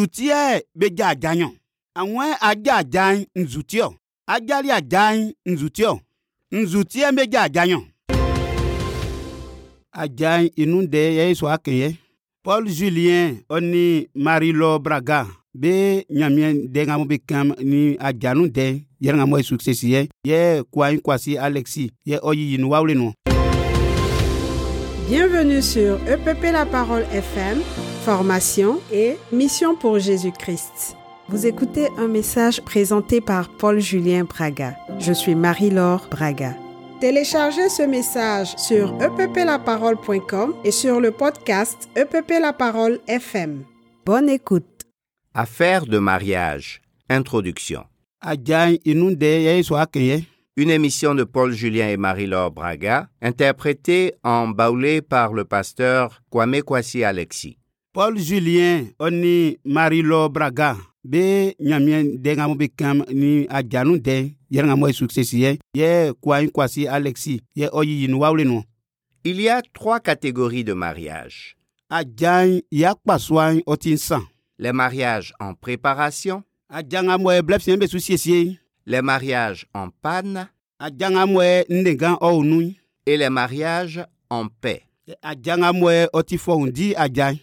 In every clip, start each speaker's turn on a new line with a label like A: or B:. A: nzutie beja ajanyo anwe aja ajan nzutio ajali ajan nzutio nzutie meja ajanyo ajan inunde yeso akenye paul julien oni marilo braga be nyamien de nga mo be kam ni ajanu de yer nga mo success ye ye kwa kwasi alexi ye oyi yin wawle no
B: Bienvenue sur EPP La Parole FM, formation et mission pour Jésus-Christ. Vous écoutez un message présenté par Paul-Julien Braga. Je suis Marie-Laure Braga. Téléchargez ce message sur E epplaparole.com et sur le podcast EPP La Parole FM. Bonne écoute.
C: Affaires de mariage. Introduction.
A: ajan inunde yeso akenye
C: Une émission de Paul Julien et Marie-Laure Braga, interprétée en baoulé par le pasteur Kwame Kwasi Alexis.
A: paul julien oni marilo braga be nyamien de nga mo be kam ni ajanu de yer nga mo success ye ye kwa kwasi alexi ye oyi yin wawle no
C: Il y a trois catégories de mariages.
A: ajan ya kpaswan otin san
C: Les mariages en préparation,
A: ajanga mo e blep sen be susiesie
C: les mariages en panne
A: ajanga mo e ndengan ounu
C: et les mariages en paix.
A: ajanga mo e otifo undi ajan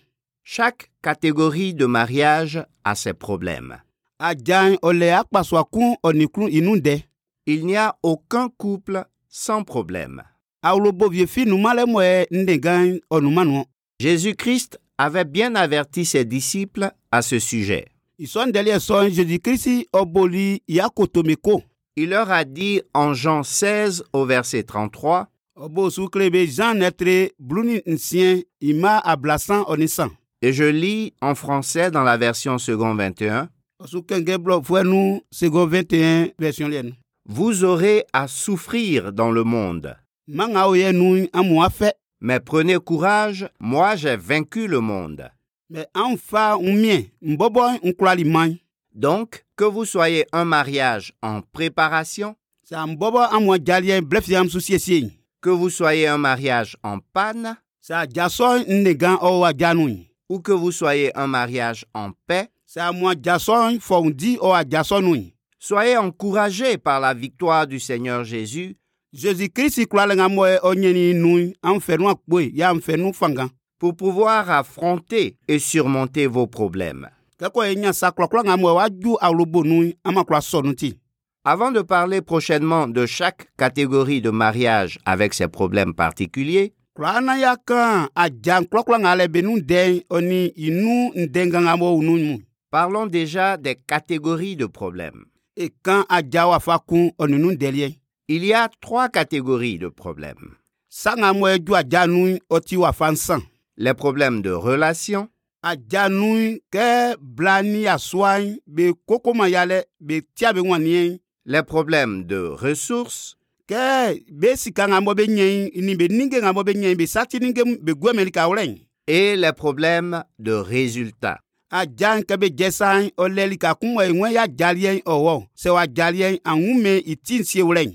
C: Chaque catégorie de mariage a ses problèmes.
A: ajan ole akpaswa kun onikun inunde
C: Il n'y a aucun couple sans problème.
A: awlobo vie fi numale mo e ndengan onumanu
C: Jésus-Christ avait bien averti ses disciples à ce sujet.
A: isɔndɛli yɛ sɔn jésus-christ ɔboli yakotome ko
C: Il leur a dit en Jean 16 au verset 33,
A: ɔbo sukle be jean nɛtre bluni nsiɛ ima ablasan ɔnisan
C: et je lis en français dans la version second 21,
A: ɔsukɛngɛ blɔ fuɛnu sego 21 version liɛnu
C: Vous aurez à souffrir dans le monde,
A: manga o yɛ nu amu afɛ
C: mais prenez courage, moi j'ai vaincu le monde.
A: mɛ an fa n miɛ n bɔbɔ n kurali man
C: Donc, que vous soyez un mariage en préparation,
A: sa n bɔbɔ amu jaliɛ blɛfia musu siesie
C: que vous soyez un mariage en panne,
A: sa jasɔn nnegan ɔwa janu
C: ou que vous soyez un mariage en paix,
A: sa mu jasɔn fɔwundi ɔwa jasɔnu
C: soyez encouragés par la victoire du Seigneur Jésus
A: jésus-christ kurali ŋa mɔ yɛ ɔnyɛni nu an fɛ nu akpoe ya an fɛ nu fangan
C: pour pouvoir affronter et surmonter vos problèmes.
A: kẹ́kọ̀ọ́ yẹn yàn sa kúlọ̀kúlọ̀ ŋà mọ̀ wá ju àwòlóbó nu amakura sọ̀nù ti.
C: Avant de parler prochainement de chaque catégorie de mariage avec ses problèmes particuliers,
A: kúlọ̀ aná yà kàn àjà kúlọ̀kúlọ̀ ŋà lẹ̀ bẹ̀nu dẹ́n ọ̀ni inú ndẹ́ngàn ŋà mọ̀ ònú mu.
C: parlons déjà des catégories de problèmes.
A: ìkan àjà wà fà kún ọ̀nínú dẹ́lẹ̀.
C: Il y a trois catégories de problèmes.
A: sàŋà mọ̀ ju àjà nu ọtí wà fà ń sàn.
C: Les problèmes de relation,
A: àjà nu kẹ́ bla ní àsúwà bẹ kókó ma yà lẹ̀ bẹ tíya bẹ wọn nìyẹn.
C: les problèmes de ressources,
A: kẹ́ bẹ sika ŋà mọ̀ bẹ nyẹ́ ni bẹ nígẹ̀ ŋà mọ̀ bẹ nyẹ́ bẹ sátí nígẹ̀ bẹ gbẹ́mẹ̀lì kà wọ́lẹ̀ yìí.
C: et les problèmes de résultats.
A: ajan kɛbe jɛsan ɔlɛli ka kun wɛ ŋwɛ ya jaliyɛ ɔwɔ sɛ wa jaliyɛ ahun mɛ itin se wlɛ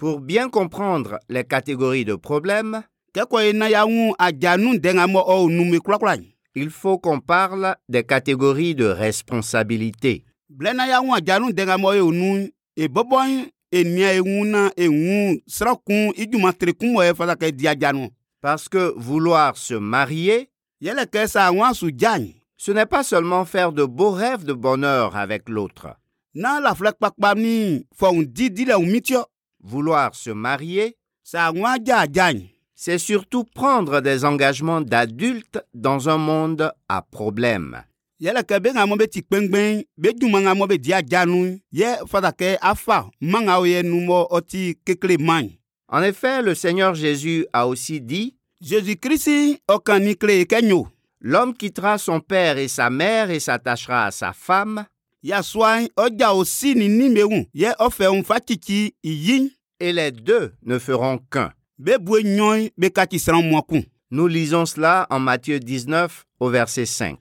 C: Pour bien comprendre les catégories de problèmes,
A: kɛkɔ ye na ya ŋun ajanu dɛŋa mɔ ɔ nume kurakura yi
C: il faut qu'on parle des catégories de responsabilité.
A: bilɛ na ya ŋun ajanu dɛŋa mɔ ye onu ebɔbɔ yi enia ye ŋun na eŋun sirakun ijuma tere kun wɔ ye fasa kɛ di ajanu
C: Parce que vouloir se marier,
A: yɛlɛ kɛ sa ŋun asu jan
C: Ce n'est pas seulement faire de beaux rêves de bonheur avec l'autre.
A: n'a lafilɛ kpakpa ni fɔn didi lɛ ŋun mitiɔ
C: Vouloir se marier,
A: sa ŋun aja ajan
C: c'est surtout prendre des engagements d'adultes dans un monde à problème.
A: yɛlɛ kɛ be ŋa mɔ be ti kpɛŋkpɛŋ be juma ŋa mɔ be di ajanu yɛ fasa kɛ afa ma ŋa yɛ numɔ ɔti kekele man
C: En effet, le Seigneur Jésus a aussi dit,
A: jésus kristi ɔkan ni kile yi kɛ nyo
C: L'homme quittera son père et sa mère et s'attachera à sa femme,
A: yasua ɔdza o si ni nimewu yɛ ɔfɛ ŋu fa tsitsi iyi
C: et les deux ne feront qu'un.
A: be bue nyɔi be katsi srɔ̀ mɔku
C: Nous lisons cela en Matthieu 19 au verset 5.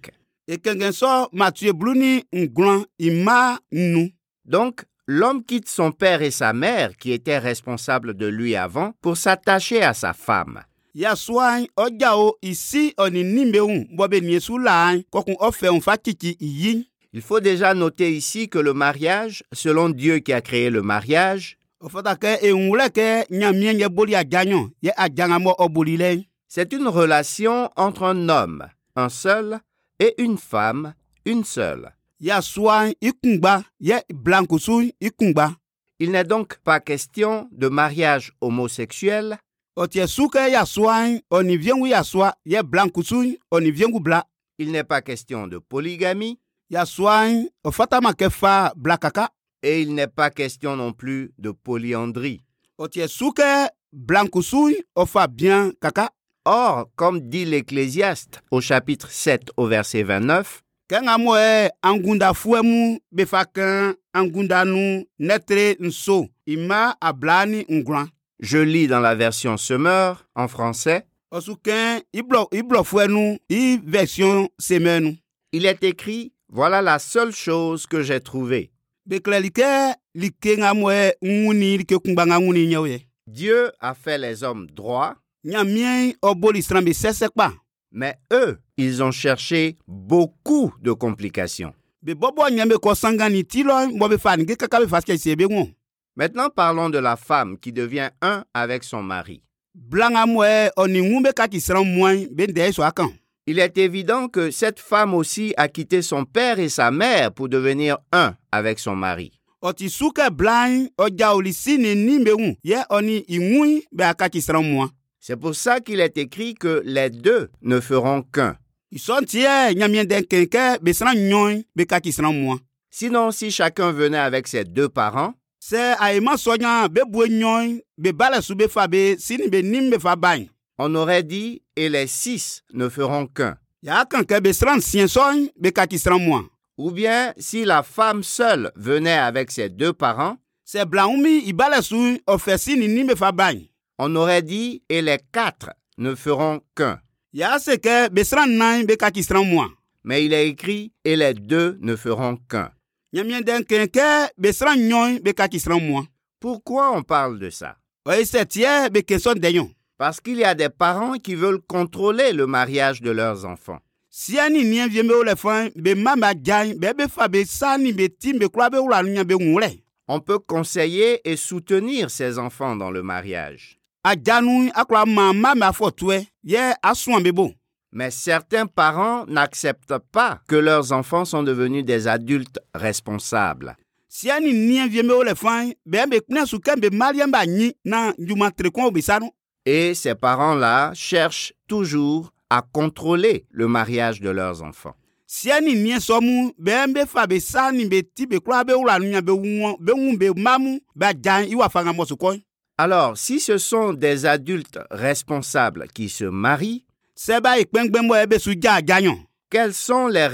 A: ekegensɔ matue bluni nglɔn ima nu
C: Donc, l'homme quitte son père et sa mère qui étaient responsables de lui avant pour s'attacher à sa femme.
A: yasuan ɔdzawo isi ɔni nimewu bɔ be niesu la an kɔkun ɔfɛn fa titi iyi
C: Il faut déjà noter ici que le mariage, selon Dieu qui a créé le mariage,
A: ɔfɔta kɛ eŋu lɛ kɛ nyamiɛ nye boli adzanyɔ yɛ adzaŋamɔ ɔboli lɛ
C: c'est une relation entre un homme, un seul, et une femme, une seule.
A: yasuan ikungba yɛ blankusu ikungba
C: Il n'est donc pas question de mariage homosexuel,
A: ɔtiɛ su kɛ yasuan ɔni viengu yasua yɛ blankusu ɔni viengu bla
C: il n'est pas question de polygamie,
A: yasuan ɔfɔta ma kɛ fa blakaka
C: et il n'est pas question non plus de polyandrie.
A: ɔtiɛ su kɛ blankusu ɔfa biɛn kaka
C: Or, comme dit l'Ecclésiaste au chapitre 7 au verset 29,
A: kɛŋamɔ yɛ angunda fuɛmu befa kɛn angunda nu nɛtre nso ima abla ni nglan
C: je lis dans la version Semeur en français,
A: ɔsu kɛn iblɔ iblɔ fuɛ nu i version semɛ nu
C: il est écrit, voilà la seule chose que j'ai trouvée.
A: beklɛ likɛ likeŋamɔ yɛ ŋuni like kungbaŋa ŋuni nyɛwo yɛ
C: Dieu a fait les hommes droits,
A: nyamiɛ ɔboli sran be sɛsɛ kpa
C: mais eux, ils ont cherché beaucoup de complications.
A: be bɔbɔ nyɛ be kɔ sangani ti lɔ mɔ be fa nige kaka be fa sikɛ sie be ŋɔ
C: Maintenant parlons de la femme qui devient un avec son mari.
A: blaŋamɔ yɛ ɔni ŋu be kati sran mɔɛ be ndɛ sɔ a kan
C: Il est évident que cette femme aussi a quitté son père et sa mère pour devenir un avec son mari.
A: ɔti sukɛ bilan ɔdzaoli sini ni be ŋu yɛ ɔni iŋui bɛ akatsi srɔ̃ mua
C: C'est pour ça qu'il est écrit que les deux ne feront qu'un.
A: isɔntiɛ nyamiɛdɛ kɛnkɛ be srɔ̃ nyɔi be katsi srɔ̃ mua
C: Sinon, si chacun venait avec ses deux parents,
A: sɛ ayema sɔnya be bue nyɔi be balɛ su be fa be sini be nim be fa ban
C: on aurait dit et les six ne feront qu'un.
A: yaa kɛnkɛ be srɔ̃ siɛ sɔi be katsi srɔ̃ mua
C: Ou bien, si la femme seule venait avec ses deux parents,
A: sɛ bilan mi i balɛ su ɔfɛ sini nim be fa ban
C: on aurait dit et les quatre ne feront qu'un.
A: yaa se kɛ be srɔ̃ nai be katsi srɔ̃ mua
C: Mais il est écrit et les deux ne feront qu'un.
A: nyamiɛdɛ kɛnkɛ be srɔ̃ nyɔi be katsi srɔ̃ mua
C: Pourquoi on parle de ça
A: ɔyesɛtiɛ be kɛsɔn dɛ nyɔ
C: Parce qu'il y a des parents qui veulent contrôler le mariage de leurs enfants.
A: siani nìyẹn fi mi wò le fún bẹ má ma dza yin bẹ bẹ fa bẹ sani bẹ ti bẹ kura bẹ wúlò ànúyàn bẹ ŋun lẹ.
C: On peut conseiller et soutenir ses enfants dans le mariage.
A: adzanu akura ma má ma fọ tuẹ yẹ asun bẹ bò.
C: Mais certains parents n'acceptent pas que leurs enfants sont devenus des adultes responsables.
A: siani nìyẹn fi mi wò le fún bẹ bẹ kúnlẹ̀ sùn kẹ́ bẹ mariam bá yin na juma tirikun bẹ sanu.
C: Et ces parents-là cherchent toujours à contrôler le mariage de leurs enfants.
A: siani nìyẹn sọmu bẹ bẹ fa bẹ sani bẹ ti bẹ kura bẹ wúlò ànúyàn bẹ ŋun bẹ ŋun bẹ mamu bẹ dza yin iwa fanga mọ̀sùkọ́.
C: Alors, si ce sont des adultes responsables qui se marient,
A: sẹ́bà ìpẹ́ngbẹ́mọ́ ẹ bẹ sùn já àjà yàn.
C: quelles sont les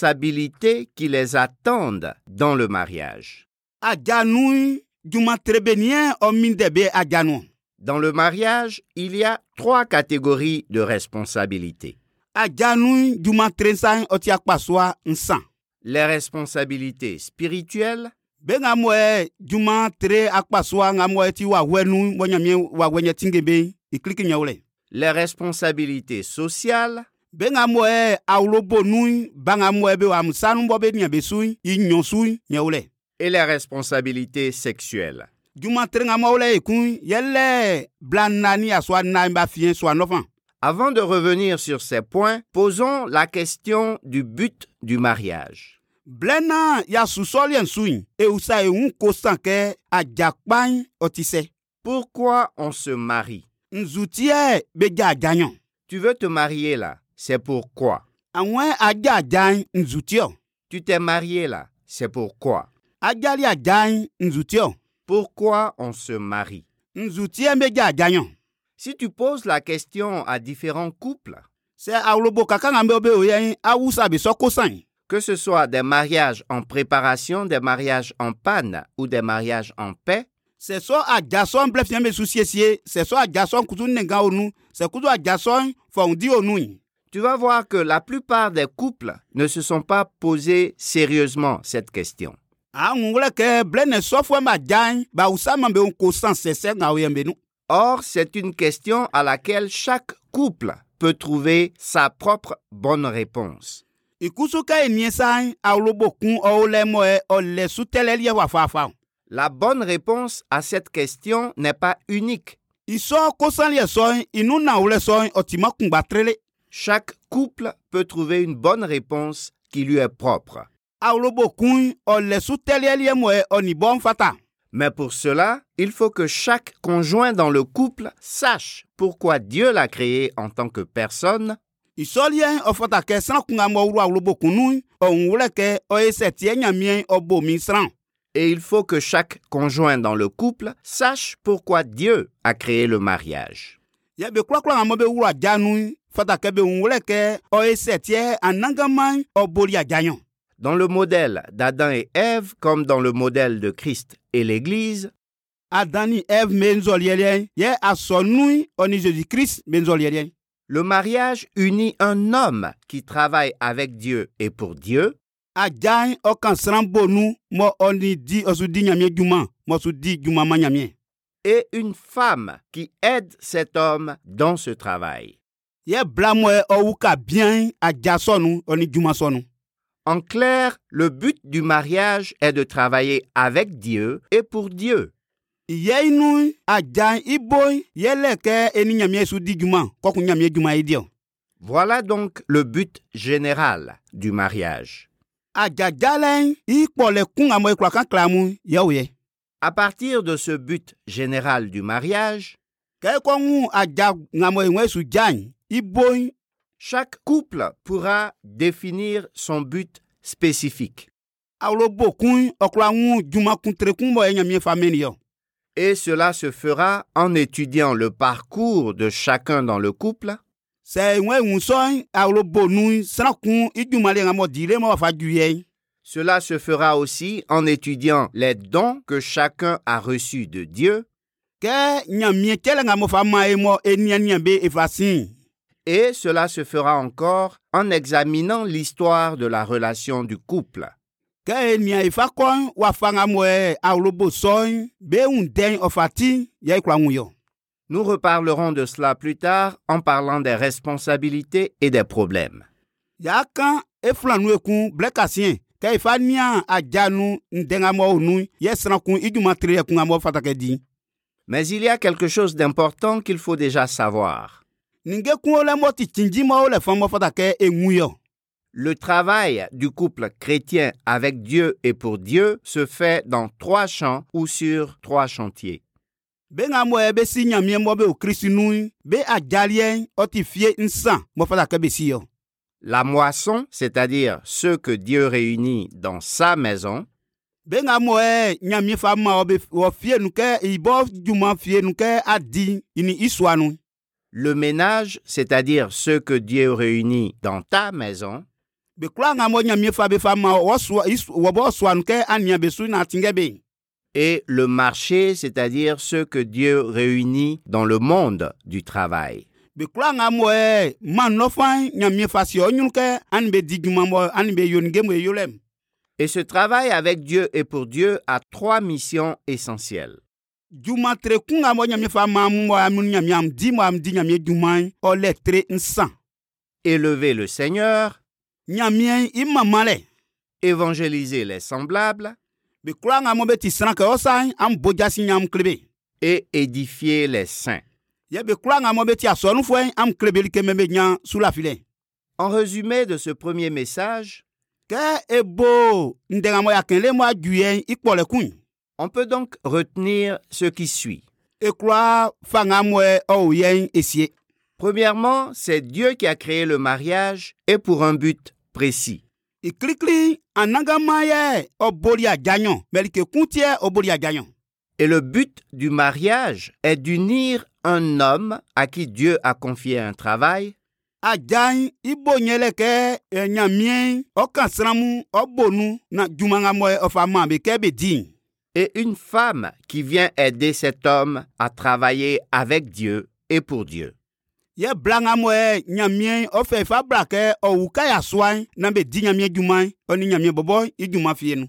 C: responsabilités qui les attendent dans le mariage
A: adzanu juma tiribẹ nìyẹn ọmi dẹ bẹ adzanu.
C: Dans le mariage, il y a trois catégories de responsabilités.
A: adzanu juma trensan ɔti akpasua nsan
C: Les responsabilités spirituelles,
A: bɛ ŋamɔ yɛ juma tre akpasua ŋamɔ yɛ ti wa wɛ nu wɔnyamie wa wɛ nyɛ tinge be ikiliki nyɛ wlɛ
C: les responsabilités sociales,
A: bɛ ŋamɔ yɛ awolobo nu ba ŋamɔ yɛ be wa musanu bɔ be nia be su inyɔ su nyɛ wlɛ
C: et les responsabilités sexuelles.
A: juma tre ŋamɔ wlɛ ikun yɛlɛ bla nani asua nani ba fiɛ sua nɔfan
C: Avant de revenir sur ces points, posons la question du but du mariage.
A: blɛna ya susɔliɛ su ewusa eŋu e kosan kɛ adzakpan ɔtisɛ
C: Pourquoi on se marie
A: nzutiɛ be dza adzanyɔ.
C: Tu veux te marier là, c'est pourquoi.
A: àwọn ajáàjáin nzutiọ
C: Tu t'es marié là, c'est pourquoi.
A: ajali àjáin nzutiọ
C: Pourquoi on se marie
A: nzutiẹ méjì àjáyàn
C: Si tu poses la question à différents couples,
A: sẹ awolobo kàkàrà ń bẹ ọbẹ òye yín awúsá bí sọkósàn
C: que ce soit des mariages en préparation, des mariages en panne ou des mariages en paix,
A: sẹsọ àjàsọn blẹfìyàn bẹ susiesie sẹsọ àjàsọn kutu nìkan onu sẹkutu àjàsọn fọwọndí onu yìí
C: tu vas voir que la plupart des couples ne se sont pas posés sérieusement cette question.
A: àwọn wúlẹ kẹ blẹnẹ sọfọ ẹ má jáin bàwùsá má bẹ ń kó sàn sẹsẹ ńgà òye ń bẹ nù.
C: Or, c'est une question à laquelle chaque couple peut trouver sa propre bonne réponse.
A: ikusuka emie san awolobokun ɔwolɛmɔɛ ɔlɛ sutɛlɛli yɛ wafafa o
C: La bonne réponse à cette question n'est pas unique.
A: isɔ kosanli yɛ sɔn inu nawolɛ sɔn ɔtimakungba trele
C: Chaque couple peut trouver une bonne réponse qui lui est propre.
A: awolobokun ɔlɛ sutɛlɛli yɛ mɔɛ ɔnibɔn fata
C: Mais pour cela, il faut que chaque conjoint dans le couple sache pourquoi Dieu l'a créé en tant que personne
A: isɔli yɛ ɔfɔta kɛ srankunga mɔwuru awolobokunu ɔnwulɛ kɛ ɔyesɛtiɛ nyamiɛ ɔbomi sran
C: et il faut que chaque conjoint dans le couple sache pourquoi Dieu a créé le mariage.
A: yɛ be kurakuranga mɔ be wura janu fɔta kɛ be nwulɛ kɛ ɔyesɛtiɛ anangama ɔboli ajanyɔ
C: Dans le modèle d'Adam et Ève, comme dans le modèle de Christ et l'Église,
A: adani ɛv me nzɔliɛliɛ yɛ asɔnui ɔni jésus christ be nzɔliɛliɛ
C: le mariage unit un homme qui travaille avec Dieu et pour Dieu
A: ajan ɔkan sran bonu mɔ ɔni di ɔsu di nyamiɛ juma mɔ su di juma ma nyamiɛ
C: et une femme qui aide cet homme dans ce travail.
A: yɛ blamɔɛ ɔwu ka biɛn aja sɔnu ɔni juma sɔnu
C: En clair, le but du mariage est de travailler avec Dieu et pour Dieu.
A: ìyẹ́inú ajan ibo yẹlẹ̀kẹ́ ẹni nyamiɛ su di juma kɔkun nyamiɛ juma yi diɛ
C: Voilà donc le but général du mariage.
A: ajajalɛ ikpɔlɛ kun amɔ ikura kan kilamu yɛwò yɛ
C: À partir de ce but général du mariage,
A: kɛkɔŋu aja ŋamɔ ìwé su jan ibo
C: chaque couple pourra définir son but spécifique.
A: awolobokun ɔkuraŋu jumakunterekun bɔ yɛ nyamiɛ famɛ niyɔ.
C: Et cela se fera en étudiant le parcours de chacun dans le couple
A: sɛ ìwé ìwòsàn awolobonu sirakun ijumale ŋamɔ dìre mɔ wàfà ju yɛ.
C: Cela se fera aussi en étudiant les dons que chacun a reçus de Dieu
A: kɛ nyamiɛ tɛlɛ ŋamɔ fa ma yɛ mɔ eniyaniyɛ bɛ efasin.
C: et cela se fera encore en examinant l'histoire de la relation du couple.
A: kɛ eniyan ifa kɔn wàfà ŋamɔ yɛ awolobosɔn bɛ ń dɛn ɔfati yɛ ikuraŋu yɔ.
C: Nous reparlerons de cela plus tard en parlant des responsabilités et des problèmes.
A: yàá kan efulanu ekun blɛkasiɛ kɛ ifa niyan ajanu ndɛngamɔ onu yɛ sirakun ijumatere yɛ kun ŋamɔ fatakɛ di.
C: Mais il y a quelque chose d'important qu'il faut déjà savoir.
A: ninge kun wo lɛ mɔ titsinji mɔ wo lɛ fɔn mɔ fatakɛ eŋu yɔ.
C: Le travail du couple chrétien avec Dieu et pour Dieu se fait dans trois champs ou sur trois chantiers.
A: be ŋa mɔ yɛ be si nyamiɛ mɔ be o kristi nu be ajaliɛ ɔti fie nsan mɔ fata kɛ be si yɔ
C: La moisson, c'est-à-dire ceux que Dieu réunit dans sa maison,
A: be ŋa mɔ yɛ nyamiɛ fa ma wɔ be wɔ fie nu kɛ ibɔ juma fie nu kɛ adi ini isua nu
C: le ménage, c'est-à-dire ceux que Dieu réunit dans ta maison,
A: be kura ŋa mɔ nyamiɛ fa be fa ma wɔ sua isu wɔ bɔ sua nu kɛ ania be su na tiŋɛ be
C: et le marché, c'est-à-dire ceux que Dieu réunit dans le monde du travail.
A: be kura ŋa mɔ yɛ ma nɔfan nyamiɛ fa si yɔ nyunu kɛ ani be di juma mɔ ani be yonige mu eyo lɛm
C: Et ce travail avec Dieu et pour Dieu a trois missions essentielles.
A: juma tere kun ŋa mɔ nyamiɛ fa ma mu mɔ amu nyamiɛ am di mɔ am di nyamiɛ juma ɔlɛ tere nsan.
C: Élever le Seigneur,
A: nyamiɛ i mama lɛ
C: évangéliser les semblables
A: bi kura ŋa mɔ be ti siran kɛ ɔsan an boja si ɲam kilebe
C: et édifier les saints.
A: yɛ bi kura ŋa mɔ be ti a sɔnu fɔɛ an kilebeli kɛmɛ be ɲa sulafi lɛ
C: En résumé de ce premier message,
A: kɛ e bo ndɛŋamɔ ya kɛnle mɔ a ju yɛ i kpɔlɛ kun
C: on peut donc retenir ce qui suit.
A: e kura fa ŋa mɔ yɛ ɔwɔ yɛ esie
C: Premièrement, c'est Dieu qui a créé le mariage et pour un but précis.
A: i kirikiri anagama yɛ ɔboli a jaɲɔ mɛlike kun tiɛ ɔboli a jaɲɔ
C: Et le but du mariage est d'unir un homme à qui Dieu a confié un travail
A: a jaɲ i bo ɲɛlɛ kɛ ɛ, ɲamiɛ ɔkan siranmu ɔbonu na jumaŋamɔ yɛ ɔfa ma be kɛ be din
C: et une femme qui vient aider cet homme à travailler avec Dieu et pour Dieu.
A: yɛ bla ŋa mɔ yɛ nyamiɛ ɔfɛ ifa bla kɛ ɔwu ka ya sɔa na bɛ di nyamiɛ juma ɔni nyamiɛ bɔbɔ i juma fie nu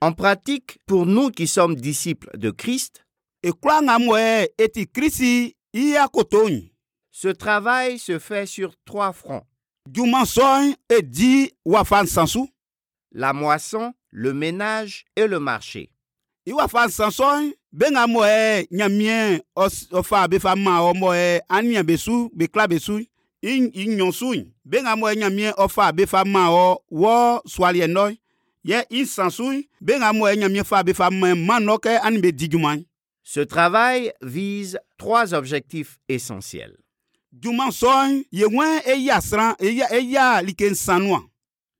C: En pratique, pour nous qui sommes disciples de Christ,
A: e kura ŋa mo ye e ti kirisi i y'a koto nyi
C: Ce travail se fait sur trois fronts.
A: juman sɔn e di wafa sansu
C: La moisson, le ménage et le marché.
A: i wafa san sɔn be ŋa mo eh, ye nyamiɛ ɔs- ɔfa be fa ma eh, ɔmɔ ye aniɛ be su be kla be su i i nyɔ su nyi be ŋa mo eh, ye nyamiɛ ɔfa be fa ma ɔ wɔ sualiɛ nɔ yɛ i san su be ŋa mo eh, ye nyamiɛ fa be fa ma ma nɔ kɛ ani be di juman
C: Ce travail vise trois objectifs essentiels.
A: juman sɔn ye ŋwɛ eya sran eh, eya eya like sanua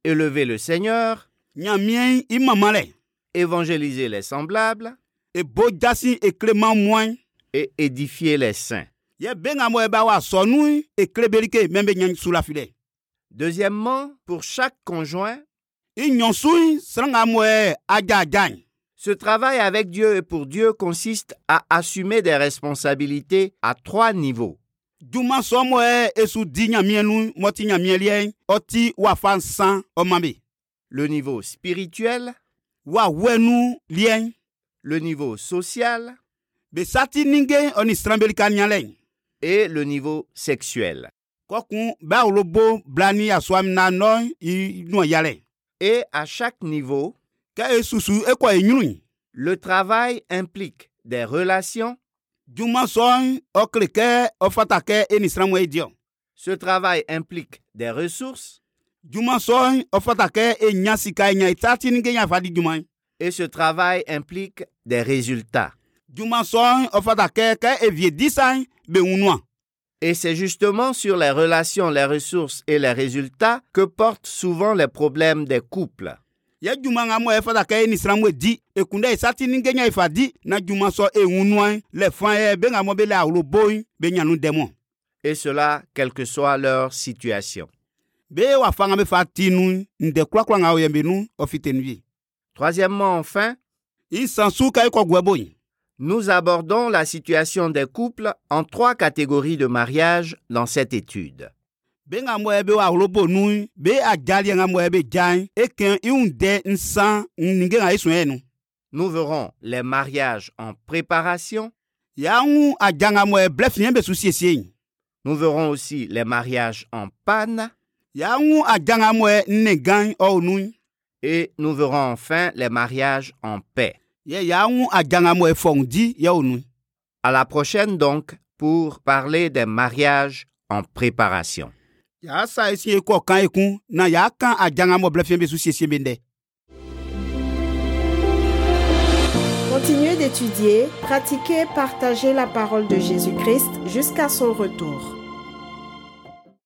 C: Élever le Seigneur,
A: nyamiɛ i mama lɛ
C: évangéliser les semblables
A: ebo jasi ekleman mɔn
C: et édifier les saints.
A: yɛ be ŋa mo ye ba wa sɔnu eklebelike mɛ be nyɛ su la fi dɛ.
C: Deuxièmement, pour chaque conjoint,
A: i nyɔnsun srangamɔɛ ajajan
C: ce travail avec Dieu et pour Dieu consiste à assumer des responsabilités à trois niveaux.
A: jumasɔmɔɛ esu di ɲamiɛnu mɔti ɲamiɛliɛ ɔti wafa san ɔmabe
C: Le niveau spirituel,
A: wa wɛnu liɛ
C: le niveau social
A: besati ninge ɔni sranbelika nialɛ
C: et le niveau sexuel.
A: kɔkun bawolobo blani asuamina nɔ inuɔyalɛ
C: Et à chaque niveau,
A: kɛ esusu ekɔ enyuru
C: le travail implique des relations.
A: jumasɔn ɔkirikɛ ɔfatakɛ eni sranmɔɛ diɔ
C: Ce travail implique des ressources
A: jumasɔn ɔfatakɛ enyasika enya itati e ninge yafa di juman
C: et ce travail implique des résultats.
A: jumasɔn ɔfatakɛ kɛ evie disan be ŋunua
C: Et c'est justement sur les relations, les ressources et les résultats que portent souvent les problèmes des couples.
A: ye juma ŋa mɔ efa dake ni siramu di ekunde esati ni genya ifa di na juma sɔ eŋunua le fan ye be ŋa mɔ be le awolo boyi be nyanu dɛmɔ
C: Et cela, quelle que soit leur situation.
A: be wa fa ŋa be fa ti nu nde kurakura ŋa yɛ be nu ɔfite nu ye
C: Troisièmement, enfin,
A: i san su ka ekɔ guɛ boyi
C: nous abordons la situation des couples en trois catégories de mariage dans cette étude.
A: be ŋa mɔ ye be wa awolo bo nu be ajali ŋa mɔ ye be e jan ekɛn iŋu dɛ nsan nige ŋa esun ye nu
C: Nous verrons les mariages en préparation,
A: ya ŋu aja ŋa mɔ ye blɛ fiɲɛ be su siesie yi
C: nous verrons aussi les mariages en panne
A: ya ŋu aja ŋa mɔ ye nne gan ɔwo nu
C: et nous verrons enfin les mariages en paix.
A: ye ya ŋu aja ŋa mɔ ye fɔ ŋu di ye wo nu.
C: À la prochaine donc pour parler des mariages en préparation.
A: y'a sa esi ye kɔ kan ye kun na y'a kan a janga mɔ bilafiyɛn bɛ su siesie bɛ dɛ.
B: Continuez d'étudier, pratiquer, partager la parole de Jésus-Christ jusqu'à son retour.